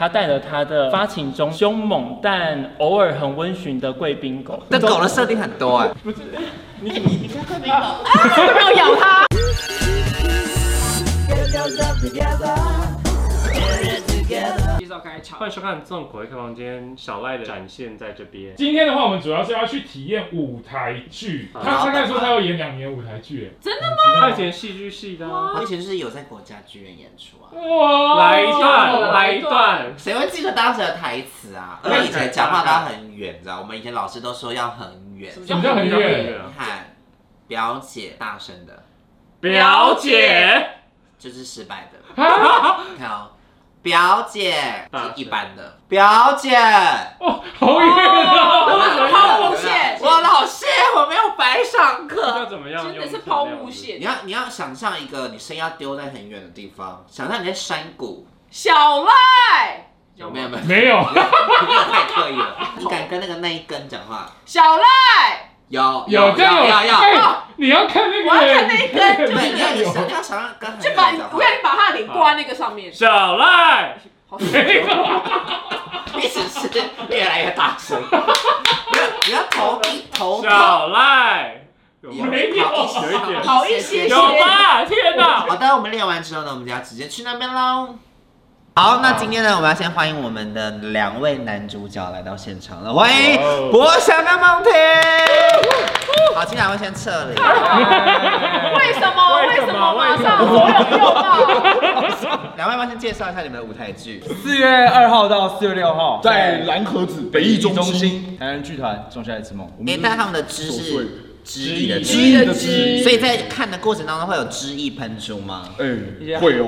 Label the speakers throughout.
Speaker 1: 他带了他的发情中凶猛但偶尔很温驯的贵宾狗。
Speaker 2: 但狗的设定很多哎、
Speaker 3: 哎，你你看贵宾狗，
Speaker 4: 没有咬它。介绍开场
Speaker 5: 欢，迎收看《纵口一开房间》，小赖的展现在这边。
Speaker 6: 今天的话，我们主要是要去体验舞台剧。
Speaker 5: 啊
Speaker 6: 他他刚才说他要演两年舞台剧，哎
Speaker 4: 真的
Speaker 5: 他以前戏剧系的啊、
Speaker 2: 我以前是有在国家剧院演出啊，
Speaker 6: 哇
Speaker 5: 来一段，
Speaker 4: 哦
Speaker 5: 来一段。
Speaker 2: 谁会记得当时的台词啊？而且以前讲话都要很远，你知道，我们以前老师都说要很远。
Speaker 6: 什么叫很远？啊
Speaker 2: 你看，表姐大声的，
Speaker 5: 表姐，
Speaker 2: 就是失败的。
Speaker 6: 啊？
Speaker 2: 你看哦，表姐
Speaker 5: 大声
Speaker 2: 是一般的，表姐，
Speaker 6: 哦，好远啊！
Speaker 4: 哦抛物线，
Speaker 2: 我老师我没有白上
Speaker 5: 要
Speaker 2: 课。
Speaker 5: 怎么样？
Speaker 4: 真的是抛物。线
Speaker 2: 你。要你要想象一个你声音要丢在很远的地方，想象你在山谷，
Speaker 4: 小赖，
Speaker 2: 有没有？没有，
Speaker 6: 没 有，
Speaker 2: 没有太刻意了。你敢跟那个那一根讲话？
Speaker 4: 小赖，
Speaker 2: 有
Speaker 6: 有这有
Speaker 2: 有有有。
Speaker 6: 哎你要看那个，
Speaker 4: 我要看那一根
Speaker 2: 对，你要 你
Speaker 6: 有
Speaker 2: 想要想要跟
Speaker 4: 就把我要你把他的脸挂在那个上面。
Speaker 5: 小赖，
Speaker 4: 好爽，
Speaker 2: 你只是越来越大声，你要你要投币投币，
Speaker 5: 小赖，有吗
Speaker 6: 没有
Speaker 2: 好
Speaker 5: 有一点
Speaker 4: 好一些
Speaker 5: 有吧？天哪！
Speaker 2: 好的，我们练完之后呢，我们就要直接去那边喽。好，那今天呢，我们要先欢迎我们的两位男主角来到现场了，欢迎
Speaker 6: 哇哦
Speaker 2: 博翔跟梦婷。好，进来会先撤离。
Speaker 4: 为什么？为
Speaker 5: 为
Speaker 4: 什
Speaker 5: 什
Speaker 4: 么
Speaker 5: 么
Speaker 4: 马上我有用到？
Speaker 2: 两位要不要先介绍一下你们的舞台剧？
Speaker 7: 四月二号到四月六号，
Speaker 8: 在蓝盒子北艺中心。
Speaker 7: 台南剧团《仲夏夜之梦》，我
Speaker 2: 哎、
Speaker 7: 们
Speaker 2: 但他们的知是知意的
Speaker 8: 知意的
Speaker 2: 知，所以在看的过程当中会有知意喷出吗？
Speaker 8: 哎、会哦，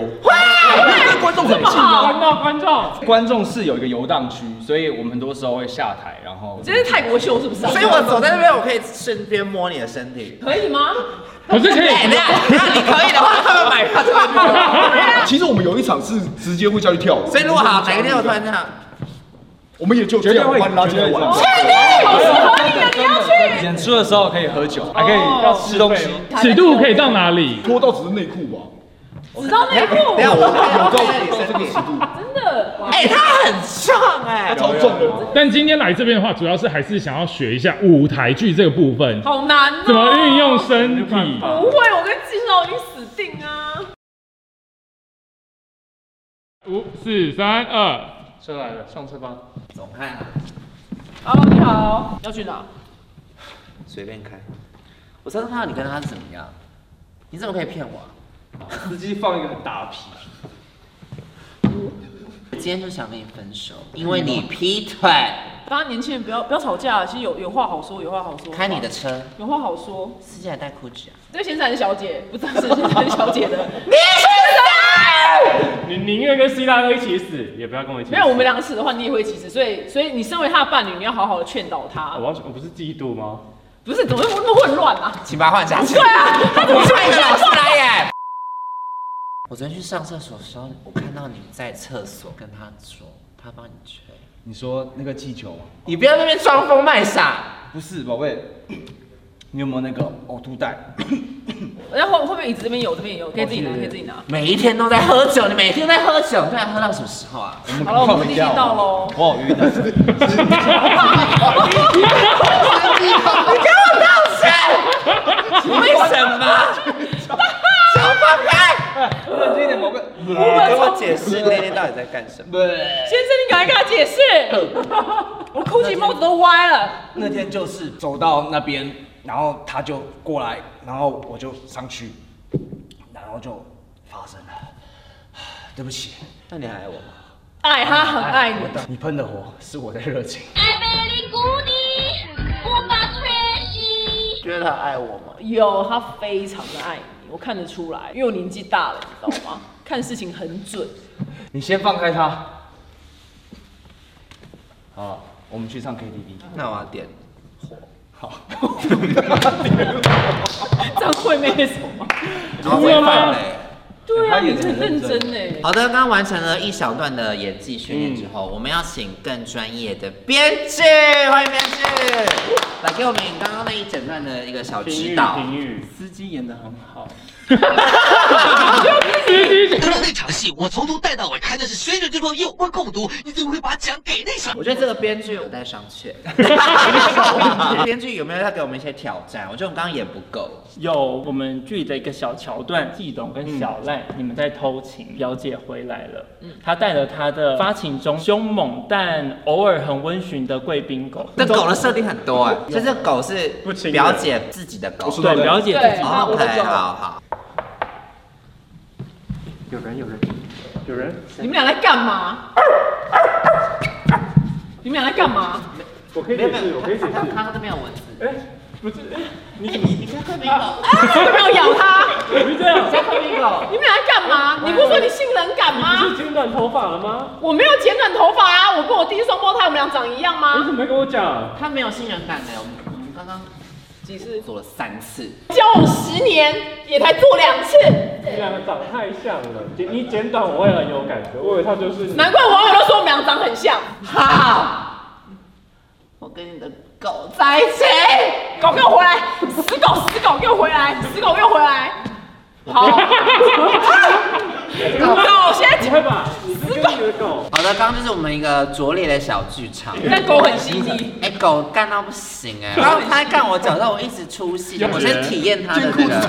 Speaker 7: 观众很近
Speaker 1: 观众观众，
Speaker 7: 观众是有一个游荡区，所以我们很多时候会下台，然后
Speaker 4: 这是泰国秀是不是 啊？
Speaker 2: 所以我走在那边，我可以顺便摸你的身体。
Speaker 4: 可以吗？
Speaker 6: 可 是可以
Speaker 2: 哎，等一下，等一下你可以的话，他们买票就会摸。
Speaker 8: 其实我们有一场是直接会下去跳舞，
Speaker 2: 所以如果好，哪个天我突然这样，
Speaker 8: 我们也就
Speaker 7: 绝
Speaker 8: 这
Speaker 7: 对
Speaker 8: 样
Speaker 7: 会
Speaker 8: 把你拉进来玩。
Speaker 4: 啊
Speaker 7: 演出的时候可以喝
Speaker 4: 哦
Speaker 7: 酒，还可以要吃东西。
Speaker 6: 尺度可以到哪里？
Speaker 8: 脱到只是内裤吧，
Speaker 4: 只到内裤，
Speaker 2: 等一下我
Speaker 8: 有到
Speaker 2: 我在你
Speaker 8: 到这
Speaker 2: 身
Speaker 8: 个
Speaker 2: 体
Speaker 8: 尺。度，
Speaker 4: 真的。
Speaker 2: 哎，他很壮哎，
Speaker 8: 超重的。
Speaker 6: 但今天来这边的话，主要是还是想要学一下舞台剧这个部分，
Speaker 4: 好难哦、
Speaker 6: 怎么运用？身体。
Speaker 4: 不会，我跟金少已经死定啊！
Speaker 6: 五四三二，
Speaker 5: 车来了，上车吧。
Speaker 2: 总看
Speaker 4: 哦，你好，要去哪？
Speaker 2: 随便开。我上次看到你跟他是怎么样？你怎么可以 骗我啊？
Speaker 7: 司机放一个很大的屁，
Speaker 2: 我今天就想跟你分手，因为你劈腿。
Speaker 4: 大家年轻人不要不要吵架，其实有有话好说，有话好说。
Speaker 2: 开你的， 车，
Speaker 4: 有话好说。
Speaker 2: 司机还带裤子啊？
Speaker 4: 这个先生还是小姐，不知道是先生还是小 姐的，
Speaker 5: 你宁愿跟 C 大哥一起死，也不要跟我一起死。
Speaker 4: 没有我们两个死的话，你也会歧视，所以所以你身为他的伴侣，你要好好的劝导他
Speaker 5: 我。完全我不是嫉妒吗？
Speaker 4: 不是怎么那么混乱啊？
Speaker 2: 请把它换下去。
Speaker 4: 对啊，他怎么
Speaker 2: 换
Speaker 4: 会
Speaker 2: 一个
Speaker 4: 这
Speaker 2: 老
Speaker 4: 样
Speaker 2: 师
Speaker 4: 做？
Speaker 2: 来耶！我昨天去上厕所的时候，我看到你在厕所跟他说，他帮你吹。
Speaker 7: 你说那个气球吗？
Speaker 2: 你不要在那边装疯卖 傻。
Speaker 7: 不是，宝贝，你有没有那个呕吐袋？
Speaker 4: 然后后后面椅子这边有，这边也有，可以自己拿，可以自己拿。
Speaker 2: 每一天都在喝酒，你每天在喝酒，对啊，喝到什么时候啊？
Speaker 4: 好了，我们地铁到喽。
Speaker 7: 我有晕的。
Speaker 2: 为什么？ 小放开！
Speaker 7: 冷静一点，宝贝。
Speaker 2: 跟我解释那天到底在干什么？
Speaker 4: 先生，你赶快跟他 解释。我裤子帽子都歪了。
Speaker 7: 那天就是走到那边，然后他就过来，然后我就上去，然后就发生了。对不起，
Speaker 2: 那你还爱我吗？
Speaker 4: 爱他很爱你，
Speaker 7: 你喷的火是我的热情。
Speaker 3: 爱美丽姑娘，我把吹熄。
Speaker 2: 觉得他爱我吗？
Speaker 4: 有他非常的爱你，我看得出来，因为我年纪大了，你知道吗？看事情很准。
Speaker 7: 你先放开他。好了，我们去唱 KTV。
Speaker 2: 那我要点。
Speaker 4: 张惠妹什么？
Speaker 2: 然后我也放嘞。
Speaker 4: 对啊，
Speaker 7: 他
Speaker 4: 你
Speaker 7: 演得
Speaker 4: 很
Speaker 7: 很
Speaker 4: 认
Speaker 7: 认
Speaker 4: 真
Speaker 7: 真
Speaker 4: 呢。
Speaker 2: 好的，刚刚完成了一小段的演技训练之后，我们要请更专业的编剧，欢迎编剧来给我们刚刚那一整段的一个小
Speaker 5: 评
Speaker 2: 指
Speaker 5: 语，
Speaker 2: 导。
Speaker 5: 评语。
Speaker 7: 司机演的很好，
Speaker 9: 那场戏我从头带到尾，看的是旋转这种诱惑共读，你怎么会把奖给那啥？
Speaker 2: 我觉得这个编剧有待商榷。编剧有没有要给我们一些挑战？我觉得我们刚刚也不够。
Speaker 1: 有我们剧的一个小桥段，季董跟小赖、你们在偷情，表姐回来了，
Speaker 2: 嗯
Speaker 1: 她带了她的发情中凶猛但偶尔很温驯的贵宾狗，
Speaker 2: 这狗的设定很多哎，就这狗是
Speaker 5: 不亲人
Speaker 2: 表姐自己的狗。哦
Speaker 8: 不是
Speaker 1: 对表姐自
Speaker 4: 对，
Speaker 1: 己，
Speaker 4: 那我的
Speaker 2: OK，
Speaker 4: 狗，
Speaker 2: 好好。
Speaker 5: 有人，有人，有人，
Speaker 4: 你们俩在干嘛？你们俩在干嘛？
Speaker 5: 我可以解释，我可以解释。
Speaker 9: 他都没有文字，
Speaker 4: 都没有咬它。
Speaker 1: 是这样，
Speaker 4: 你们俩在干嘛？你不是说你性冷感
Speaker 5: 不
Speaker 4: 吗
Speaker 5: 是？剪短头发了吗？
Speaker 4: 我没有剪短头发啊，我跟我弟双胞胎，我们俩长一样
Speaker 5: 你
Speaker 4: 吗？
Speaker 5: 怎么没跟我讲？
Speaker 9: 他没有信任感的。我们我们刚刚
Speaker 4: 几次
Speaker 9: 做了三次，
Speaker 4: 交往十年也才做两次，
Speaker 5: 你两个长太像了，剪你剪短我也很有感觉，我以为他就是你。
Speaker 4: 难怪网友都说我们俩长很像。哈，
Speaker 9: 我跟你的狗
Speaker 4: 在一起，狗给我回来，死狗死狗给我回来，死狗给我回来。好，狗现在
Speaker 5: 不会吧？你是跟你的狗？
Speaker 2: 好的，刚刚就是我们一个拙劣的小剧 场。
Speaker 4: 但狗很犀利，
Speaker 2: 哎、狗干到不行 哎、然后他干我脚，让我一直出戏，我先体验他的那个。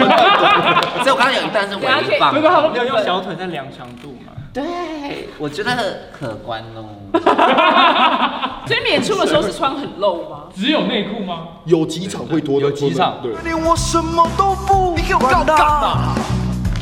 Speaker 2: 所以我刚刚有一段是回放
Speaker 1: 那，个他们没有用小腿在量强度嘛？
Speaker 2: 对，我觉得可观哦。
Speaker 4: 所以你演出的时候是穿很露吗？
Speaker 6: 只有内裤吗？
Speaker 8: 有几场会多的，几场对。
Speaker 10: 连我什么都不你给我干呐！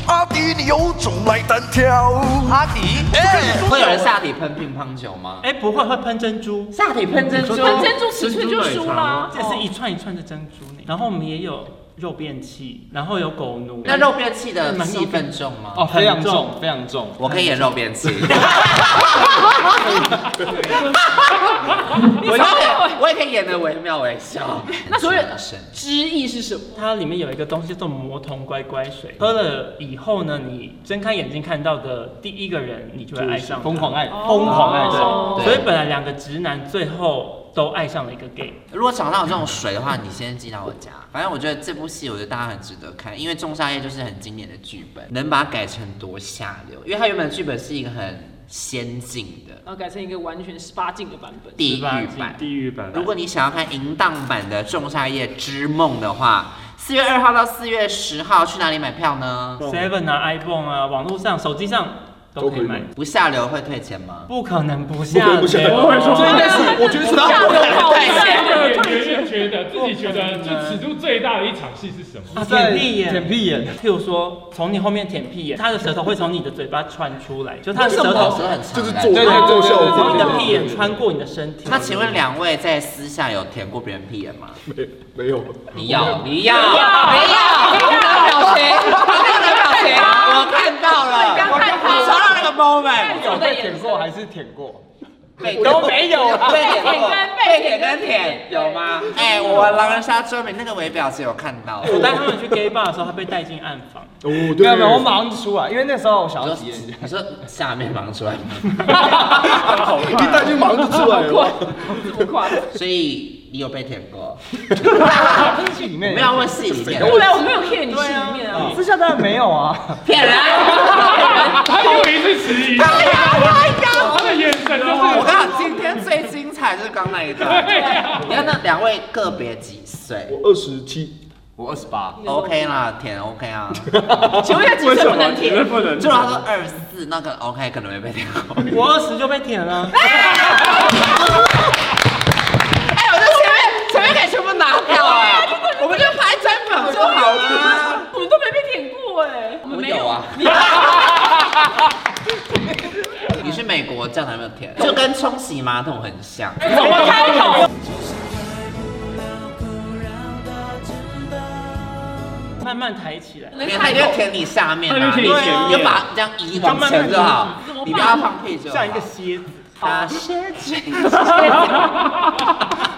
Speaker 10: 阿迪，你有种来单挑！阿迪，哎、
Speaker 2: 会有人下体喷乒乓球吗？
Speaker 1: 哎、不会，会喷珍珠，
Speaker 2: 下体喷珍珠，
Speaker 4: 穿珍珠尺寸就输啦。哦
Speaker 1: 这是一串一串的珍珠呢。然后我们也有肉便器，然后有狗奴，
Speaker 2: 那肉便器的气氛重吗？
Speaker 1: 哦非常重，
Speaker 2: 非常重。我可以演肉便器。 我也可以我也可以演的惟妙惟肖。
Speaker 4: 那所谓的
Speaker 2: 神
Speaker 4: 知意是什么？
Speaker 1: 它里面有一个东西叫做魔童乖乖水，喝了以后呢，你睁开眼睛看到的第一个人，你就会爱上疯狂爱，疯狂爱
Speaker 4: 哦
Speaker 1: 对。所以本来两个直男最后都爱上了一个 gay，
Speaker 2: 如果找到有这种水的话，你先寄到我家。反正我觉得这部戏，我觉得大家很值得看，因为《仲夏夜》就是很经典的剧本，能把它改成多下流？因为它原本的剧本是一个很先进的
Speaker 4: 然后改成一个完全十八禁的版本。
Speaker 2: 地狱版。
Speaker 5: 地狱版。
Speaker 2: 如果你想要看淫荡版的《仲夏夜之梦》的话，四月二号到四月十号去哪里买票呢？
Speaker 1: Seven 啊、iPhone 啊、网络上、手机上都可以买。
Speaker 2: 不下流会退钱吗？
Speaker 1: 不可能不下
Speaker 8: 不可能不下
Speaker 1: 流，
Speaker 8: 流所以应该是我觉得是他
Speaker 4: 下流好
Speaker 6: 个
Speaker 4: 看。
Speaker 6: 人觉得自己觉得就尺度最大的一场戏是什么？
Speaker 1: 啊，舔屁眼，舔屁眼。譬如说，从你后面舔屁眼，他的舌头会从你的嘴巴穿出来，就是他的舌
Speaker 2: 舌头
Speaker 1: 头
Speaker 2: 舌很长，
Speaker 8: 就是做
Speaker 4: 对
Speaker 8: 做效
Speaker 4: 对
Speaker 1: 从你的
Speaker 8: 果。
Speaker 1: 屁眼穿过你的身体。
Speaker 2: 那请问两位在私下有舔过别人屁眼吗？
Speaker 8: 没有，
Speaker 2: 你要，你要，没有。
Speaker 4: 表情，
Speaker 2: 看到表情，我看到了，
Speaker 4: 刚看到
Speaker 2: 我抓到那个 moment，
Speaker 4: 有被舔过还是？
Speaker 2: 都没有啊被舔过，
Speaker 4: 被
Speaker 2: 被
Speaker 4: 舔
Speaker 2: 舔
Speaker 4: 跟
Speaker 2: 跟舔有吗？哎，我狼人杀追美那个微表情有看到，
Speaker 1: 我带他们去 gay bar 的时候，他被带进暗房，
Speaker 8: 哦对，
Speaker 7: 上就出来，因为那时候我想
Speaker 2: 你说你说下面忙出来吗？
Speaker 8: 一带就马上就出来了。
Speaker 4: 不快。
Speaker 2: 所以你有被舔过？
Speaker 7: 戏里
Speaker 2: 我
Speaker 7: 面
Speaker 2: 们要问戏里面
Speaker 4: 后来我没有 care 你心里面啊，
Speaker 7: 私下当然没有啊，
Speaker 2: 骗人。啊
Speaker 6: 他又一次迟疑，
Speaker 2: 哎
Speaker 6: 他的眼神就是
Speaker 2: 我告诉你，今天最精彩就是刚那一段。你看那两位个别几岁
Speaker 8: 我二十七，
Speaker 7: 我二十八，
Speaker 2: ？OK 啦，舔 OK 啊。
Speaker 4: 请问一下几岁不能
Speaker 5: 你们
Speaker 4: 舔？
Speaker 5: 不能
Speaker 2: 就他说二十四，那个 OK 可能没被舔过。
Speaker 1: 我二十就被舔了。
Speaker 2: 哎，我在前面前面给全部拿掉哎，我们就拍真本就好了。
Speaker 4: 啊我们都没被舔过哎，我们
Speaker 2: 我
Speaker 4: 没
Speaker 2: 有
Speaker 4: 有啊
Speaker 2: 啊。你去美国这样还没有舔，就跟冲洗马桶很像。
Speaker 4: 怎么开口？
Speaker 1: 慢慢抬起来，
Speaker 4: 能
Speaker 2: 他
Speaker 4: 开
Speaker 2: 就
Speaker 4: 口？
Speaker 2: 舔你下面啊，
Speaker 5: 他就舔你前面
Speaker 2: 你就把这样移往前就好，你不要放屁就好。
Speaker 1: 像一个 蝎子。
Speaker 2: 大蝎子。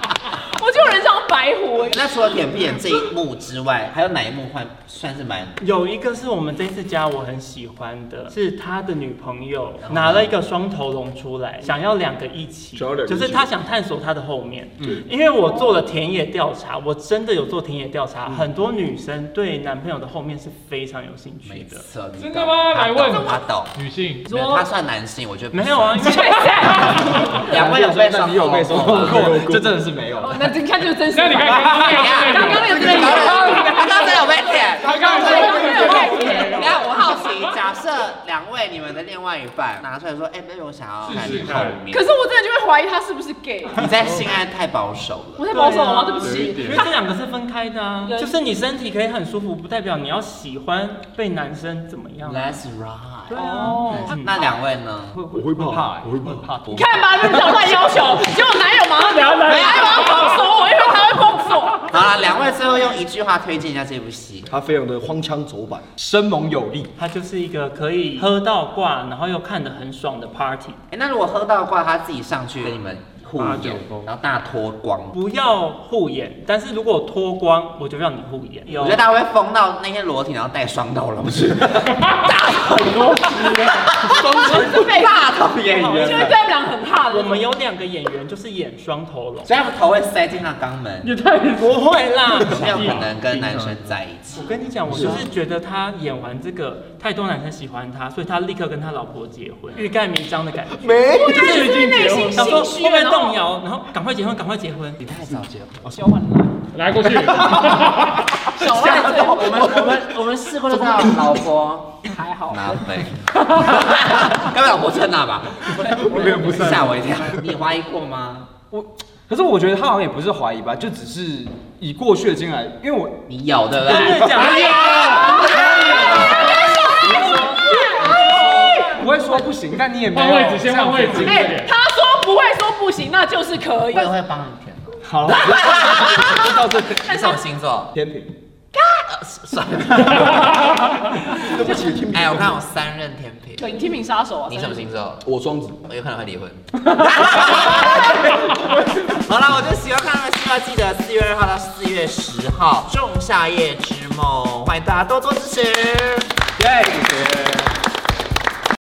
Speaker 4: 我觉得有人想要白虎而已。
Speaker 2: 那除了舔屁眼这一幕之外，还有哪一幕换算是蛮
Speaker 1: 有一个是我们这次加我很喜欢的，是他的女朋友拿了一个双头龙出来，想要两个一起，
Speaker 8: 想要两个一
Speaker 1: 就
Speaker 8: 起
Speaker 1: 是他想探索他的后面。嗯，因为我做了田野调查，我真的有做田野调查，很多女生对男朋友的后面是非常有兴趣
Speaker 2: 没
Speaker 1: 的。
Speaker 2: 错？你
Speaker 6: 真
Speaker 2: 懂
Speaker 6: 的吗
Speaker 2: 他
Speaker 6: 来
Speaker 2: 懂
Speaker 6: 问
Speaker 2: 他懂，
Speaker 6: 女性
Speaker 2: 没有他算男性，我觉得不
Speaker 1: 没有啊，
Speaker 2: 算
Speaker 1: 因为
Speaker 2: 两位有被双
Speaker 7: 有被
Speaker 2: 头龙
Speaker 7: 说过
Speaker 2: 过吗？
Speaker 7: 过，这真的是没有。
Speaker 4: 哦，那你看就是真哎实
Speaker 6: 那
Speaker 4: 版。
Speaker 6: 你看刚刚那个
Speaker 4: 刚刚那个真的
Speaker 2: 他
Speaker 4: 有，
Speaker 2: 刚刚真的有被舔。
Speaker 6: 他刚才说那个
Speaker 4: 哎
Speaker 2: 等一下，我好奇，假设两位你们的另外一半拿出来说，哎、妹妹，我想要看你后 面，
Speaker 4: 可是我真的就会怀疑他是不是 gay。
Speaker 2: 你在性爱太保守了。
Speaker 4: 我太保守了吗？对
Speaker 1: 对啊
Speaker 4: 不起
Speaker 1: 因。为这两个是分开的啊，
Speaker 4: 对
Speaker 1: 就是你身体可以很舒服，不代表你要喜欢被男生怎么样啊。
Speaker 2: Let's ride。
Speaker 1: 对啊，
Speaker 2: 那两位呢？
Speaker 8: 我会怕，我会怕。
Speaker 4: 你看吧，就是想乱要求，结果男友马上聊男友要封锁我，因为他会封锁。
Speaker 2: 好了，两位最后用一句话推荐一下这部戏。
Speaker 8: 他非常的荒腔走板，
Speaker 7: 生猛有力，
Speaker 1: 它就是一个可以喝到挂，然后又看得很爽的 party。
Speaker 2: 哎、那如果喝到挂，他自己上去跟你们互
Speaker 6: 八九
Speaker 2: 演，
Speaker 6: 风
Speaker 2: 然后大脱光，
Speaker 1: 不要护眼，但是如果脱光，我就让你护眼。有
Speaker 2: 我觉得大家会疯到那天裸体，然后带双头 龙去，大头
Speaker 4: 我是被
Speaker 2: 大头演
Speaker 4: 就是
Speaker 2: 员们，
Speaker 4: 对他们俩很怕的。
Speaker 1: 我们有两个演员就是演双头龙，
Speaker 2: 所以他们头会塞进他肛门，
Speaker 1: 也太不会啦，
Speaker 2: 没有可能跟男生在一起。
Speaker 1: 我跟你讲，我就是觉得他演完这个，太多男生喜欢他，所以他立刻跟他老婆结婚，欲盖弥彰的感觉。没，就是已经
Speaker 4: 内
Speaker 1: 结
Speaker 4: 心
Speaker 1: 婚，想说
Speaker 4: 心虚
Speaker 1: 会不会
Speaker 4: 然后
Speaker 1: 动摇，然后赶快结婚，赶快结婚。
Speaker 2: 你太早结婚，
Speaker 6: 来过去，
Speaker 4: 小赖最后
Speaker 2: 我们我们我们试过就知道，老婆还好，拿杯，该不老婆在那吧？我没有不啊吓我一跳，你怀疑过吗？
Speaker 7: 我可是我觉得他好像也不是怀疑吧，就只是以过去的经验来，因为我
Speaker 2: 你有对不
Speaker 1: 真的
Speaker 2: 对？
Speaker 1: 假的？
Speaker 7: 不会说不行，但你也没有
Speaker 6: 换位置，先
Speaker 7: 这样
Speaker 6: 换位置，
Speaker 7: 子
Speaker 6: 快
Speaker 4: 哎
Speaker 6: 点，
Speaker 4: 他说不会说不行，那就是可以。
Speaker 2: 我也会帮你填。
Speaker 7: 好了，就到这里。
Speaker 2: 你什么星 座？
Speaker 7: 天平，
Speaker 2: 算了。
Speaker 8: 对不起，听不
Speaker 2: 哎，我看我三任天平，
Speaker 4: 对，你天平杀手啊！
Speaker 2: 你什么星座？
Speaker 8: 我双子，
Speaker 2: 我有可能会离婚。 好了，我就喜欢看他们希望记得四月二号到四月十号《仲夏夜之梦》，欢迎大家多多支持。
Speaker 7: 耶，谢谢。